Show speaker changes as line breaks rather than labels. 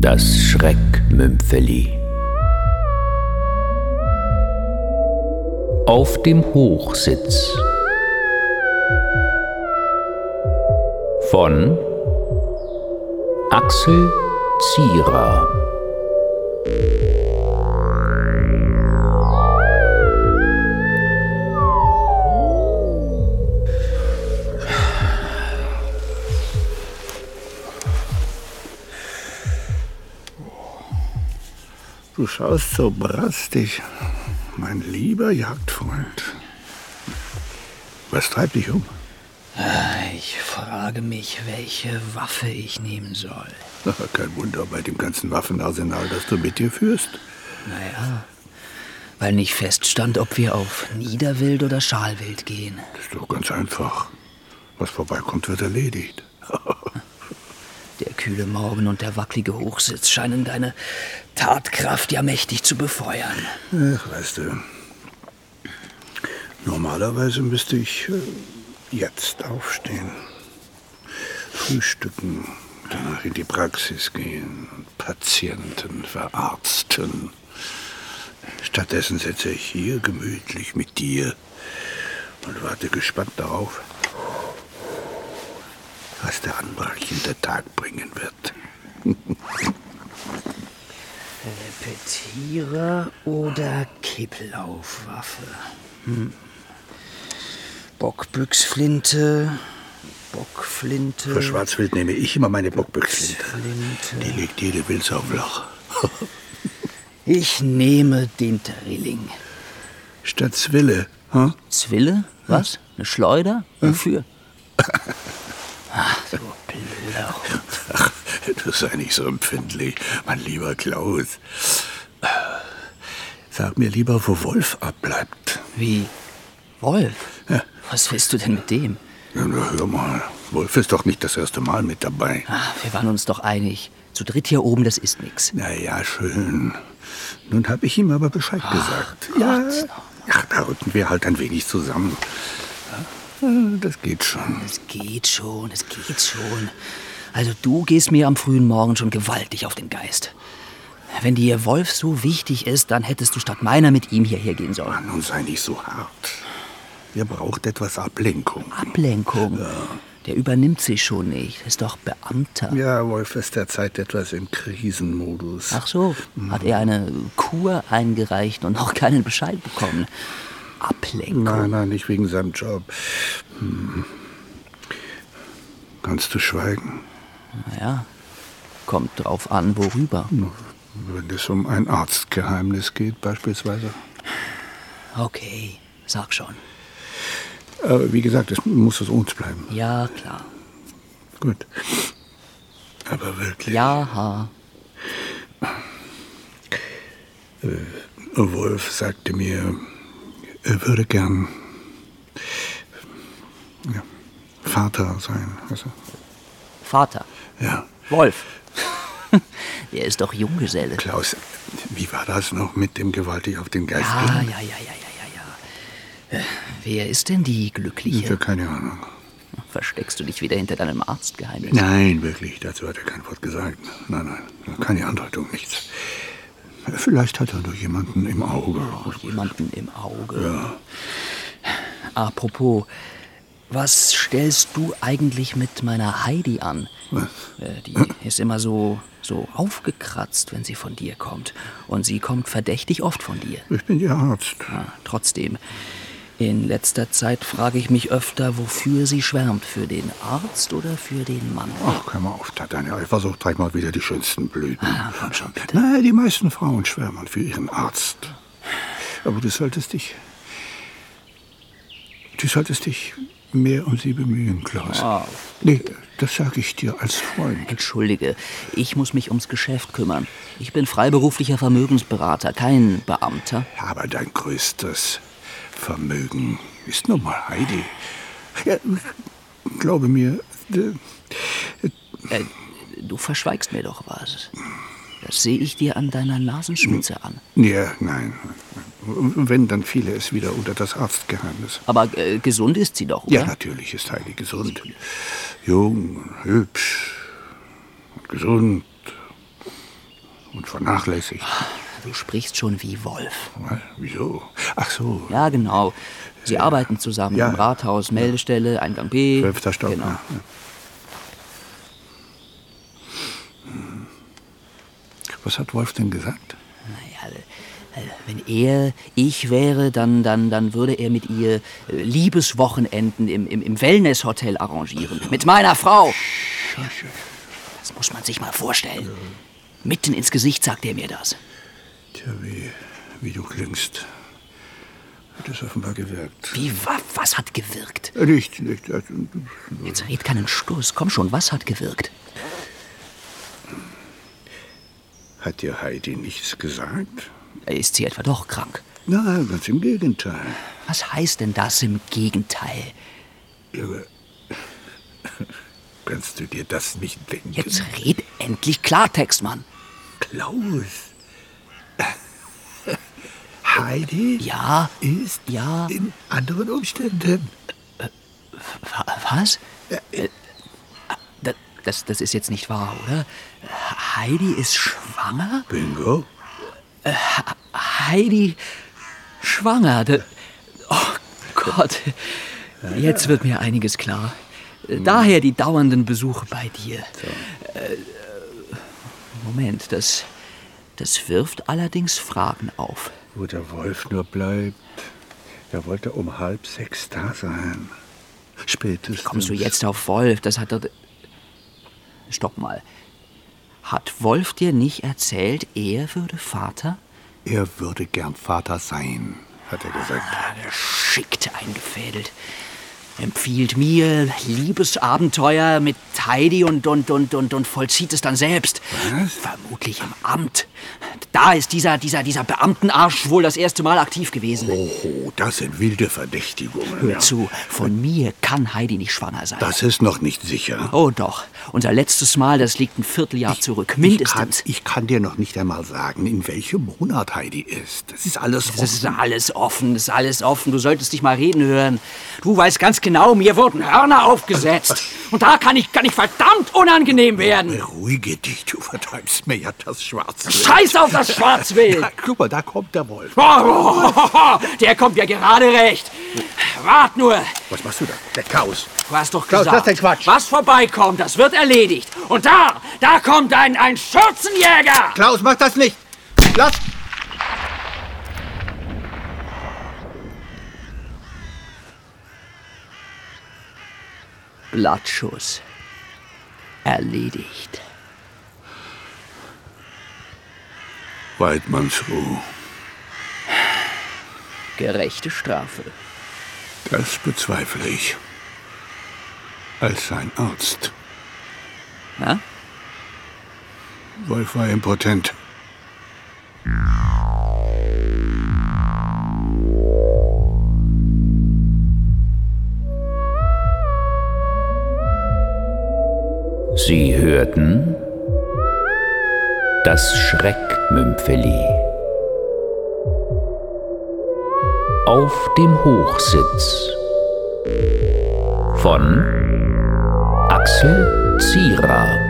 das Schreckmümpfeli. Auf dem Hochsitz von Axel Zierer.
Du schaust so brastig, mein lieber Jagdfreund. Was treibt dich um?
Ich frage mich, welche Waffe ich nehmen soll.
Kein Wunder bei dem ganzen Waffenarsenal, das du mit dir führst.
Naja, weil nicht feststand, ob wir auf Niederwild oder Schalwild gehen.
Das ist doch ganz einfach. Was vorbeikommt, wird erledigt.
Der kühle Morgen und der wackelige Hochsitz scheinen deine Tatkraft ja mächtig zu befeuern.
Ach, weißt du, normalerweise müsste ich äh, jetzt aufstehen, frühstücken, danach in die Praxis gehen und Patienten verarzten. Stattdessen sitze ich hier gemütlich mit dir und warte gespannt darauf, was der anbrechende Tag bringen wird.
Repetierer oder Hm. Kipplaufwaffe? Bockbüchsflinte, Bockflinte.
Für Schwarzwild nehme ich immer meine Bockbüchsflinte.
Flinte.
Die legt jede Wilze auf Loch.
Ich nehme den Drilling.
Statt Zwille, hm?
Zwille? Was? Eine Schleuder? Wofür? Ach, so blöder Hund.
Ach, du sei nicht so empfindlich, mein lieber Klaus. Sag mir lieber, wo Wolf abbleibt.
Wie? Wolf? Was willst du denn mit dem?
Ja, na, hör mal, Wolf ist doch nicht das erste Mal mit dabei.
Ah, wir waren uns doch einig. Zu dritt hier oben, das ist nix.
Na ja, schön. Nun habe ich ihm aber Bescheid gesagt. Ja, ach, da rücken wir halt ein wenig zusammen. Ja, Das geht schon.
Es geht schon, es geht schon. Also du gehst mir am frühen Morgen schon gewaltig auf den Geist. Wenn dir Wolf so wichtig ist, dann hättest du statt meiner mit ihm hierher gehen sollen.
Nun sei nicht so hart. Ihr braucht etwas Ablenkung.
Ablenkung. Der übernimmt sich schon nicht. Ist doch Beamter.
Ja, Wolf ist derzeit etwas im Krisenmodus.
Ach so, hat er eine Kur eingereicht und noch keinen Bescheid bekommen. Ablenkung.
Nein, nein, nicht wegen seinem Job. Hm. Kannst du schweigen,
Naja, kommt drauf an, worüber.
wenn es um ein Arztgeheimnis geht beispielsweise?
Okay, sag schon.
Aber wie gesagt, es muss es uns bleiben.
Ja, klar.
Gut. Aber wirklich,
Ja, ha.
Wolf sagte mir, er würde gern ja, Vater sein. Also, weißt du?
Vater.
Ja.
Wolf. Der ist doch Junggeselle.
Klaus, wie war das noch mit dem gewaltig auf den Geist?
Ja, ja,
gehen?
Ah, ja, ja, ja, ja, ja. Äh, Wer ist denn die
Ich
Glückliche?
habe keine Ahnung.
Versteckst du dich wieder hinter deinem Arztgeheimnis?
Nein, wirklich, dazu hat er kein Wort gesagt. Nein, nein, keine Andeutung, nichts. Vielleicht hat er nur jemanden im Auge.
Jemanden im Auge. Apropos, was stellst du eigentlich mit meiner Heidi an? Äh, Die ist immer so, so aufgekratzt, wenn sie von dir kommt. Und sie kommt verdächtig oft von dir.
Ich bin ihr Arzt.
Ja, trotzdem, in letzter Zeit frage ich mich öfter, wofür sie schwärmt. Für den Arzt oder für den Mann?
Ach, hör mal auf, Tatjana. Ich versuche dreimal wieder die schönsten Blüten. Nein, die meisten Frauen schwärmen für ihren Arzt. Aber du solltest dich. Du solltest dich mehr um sie bemühen, Klaus. Nee, das sage ich dir als Freund.
Entschuldige, ich muss mich ums Geschäft kümmern. Ich bin freiberuflicher Vermögensberater, kein Beamter.
Aber dein größtes Vermögen ist nun mal Heidi. Ja, glaube mir, d-
Äh, du verschweigst mir doch was. Das sehe ich dir an deiner Nasenspitze an.
ja, nein. Wenn, dann fiele es wieder unter das Arztgeheimnis.
Aber äh, gesund ist sie doch,
Ja,
oder?
natürlich ist Heidi gesund. Jung, und hübsch und gesund und vernachlässigt.
Du sprichst schon wie Wolf.
Was? Wieso? Ach so,
Ja, genau. Sie arbeiten zusammen
Ja.
im Rathaus, Meldestelle, Eingang B.
zwölfter Stock.
Genau.
ja. Hm. Was hat Wolf denn gesagt?
Naja, äh, wenn er ich wäre, dann, dann, dann würde er mit ihr äh, Liebeswochenenden im, im, im Wellnesshotel arrangieren. Mit meiner Frau. Ja, das muss man sich mal vorstellen. Mitten ins Gesicht sagt er mir das.
Tja, wie, wie du klingst. Hat es offenbar gewirkt.
Wie, wa, was hat gewirkt?
Äh, Nicht, nicht. äh,
Jetzt red keinen Stoß. Komm schon, was hat gewirkt?
Hat dir Heidi nichts gesagt?
Ist sie etwa doch krank?
Nein, ganz im Gegenteil.
Was heißt denn das im Gegenteil?
Irre. Kannst du dir das nicht denken?
Jetzt red endlich Klartext, Mann.
Klaus. Heidi
Ja,
ist
ja.
in anderen Umständen.
Wa- Was? Äh, da- Das, das ist jetzt nicht wahr, oder? Heidi ist schwanger?
Bingo.
Heidi schwanger? Da- Oh Gott, jetzt wird mir einiges klar. Daher die dauernden Besuche bei dir. Äh, Moment, das, das wirft allerdings Fragen auf.
Wo der Wolf nur bleibt. Er wollte um halb sechs da sein. Spätestens.
Kommst du jetzt auf Wolf? Das hat doch. Stopp mal. Hat Wolf dir nicht erzählt, er würde Vater?
Er würde gern Vater sein, hat er gesagt.
Geschickt eingefädelt. Empfiehlt mir Liebesabenteuer mit Heidi und, und, und, und, und vollzieht es dann selbst. Vermutlich im Amt. Da ist dieser, dieser, dieser Beamtenarsch wohl das erste Mal aktiv gewesen.
Oh, das sind wilde Verdächtigungen.
Hör zu, von mir kann Heidi nicht schwanger sein.
Das ist noch nicht sicher.
Oh doch, unser letztes Mal, das liegt ein Vierteljahr zurück,
Ich kann,
mindestens.
ich kann dir noch nicht einmal sagen, in welchem Monat Heidi ist. Das ist alles offen.
Das ist alles offen, das ist alles offen. Du solltest dich mal reden hören. Du weißt ganz genau, mir wurden Hörner aufgesetzt. Und da kann ich, kann ich verdammt unangenehm werden.
Beruhige dich, du vertreibst mir ja das Schwarze.
Scheiß auf das Schwarzwild!
Ja, guck mal, da kommt der Wolf.
Oh. Der kommt ja gerade recht. Wart nur,
Was machst du da? Der Chaos.
du hast doch
Klaus,
gesagt,
lass den Quatsch.
was vorbeikommt, das wird erledigt. Und da, da kommt ein, ein Schürzenjäger.
Klaus, mach das nicht! Lass!
Blattschuss. Erledigt.
Weidmannsruh,
Gerechte Strafe.
das bezweifle ich. Als sein Arzt.
Na?
Wolf war impotent.
Sie hörten das Schreckmümpfeli. Auf dem Hochsitz von Axel Zierer.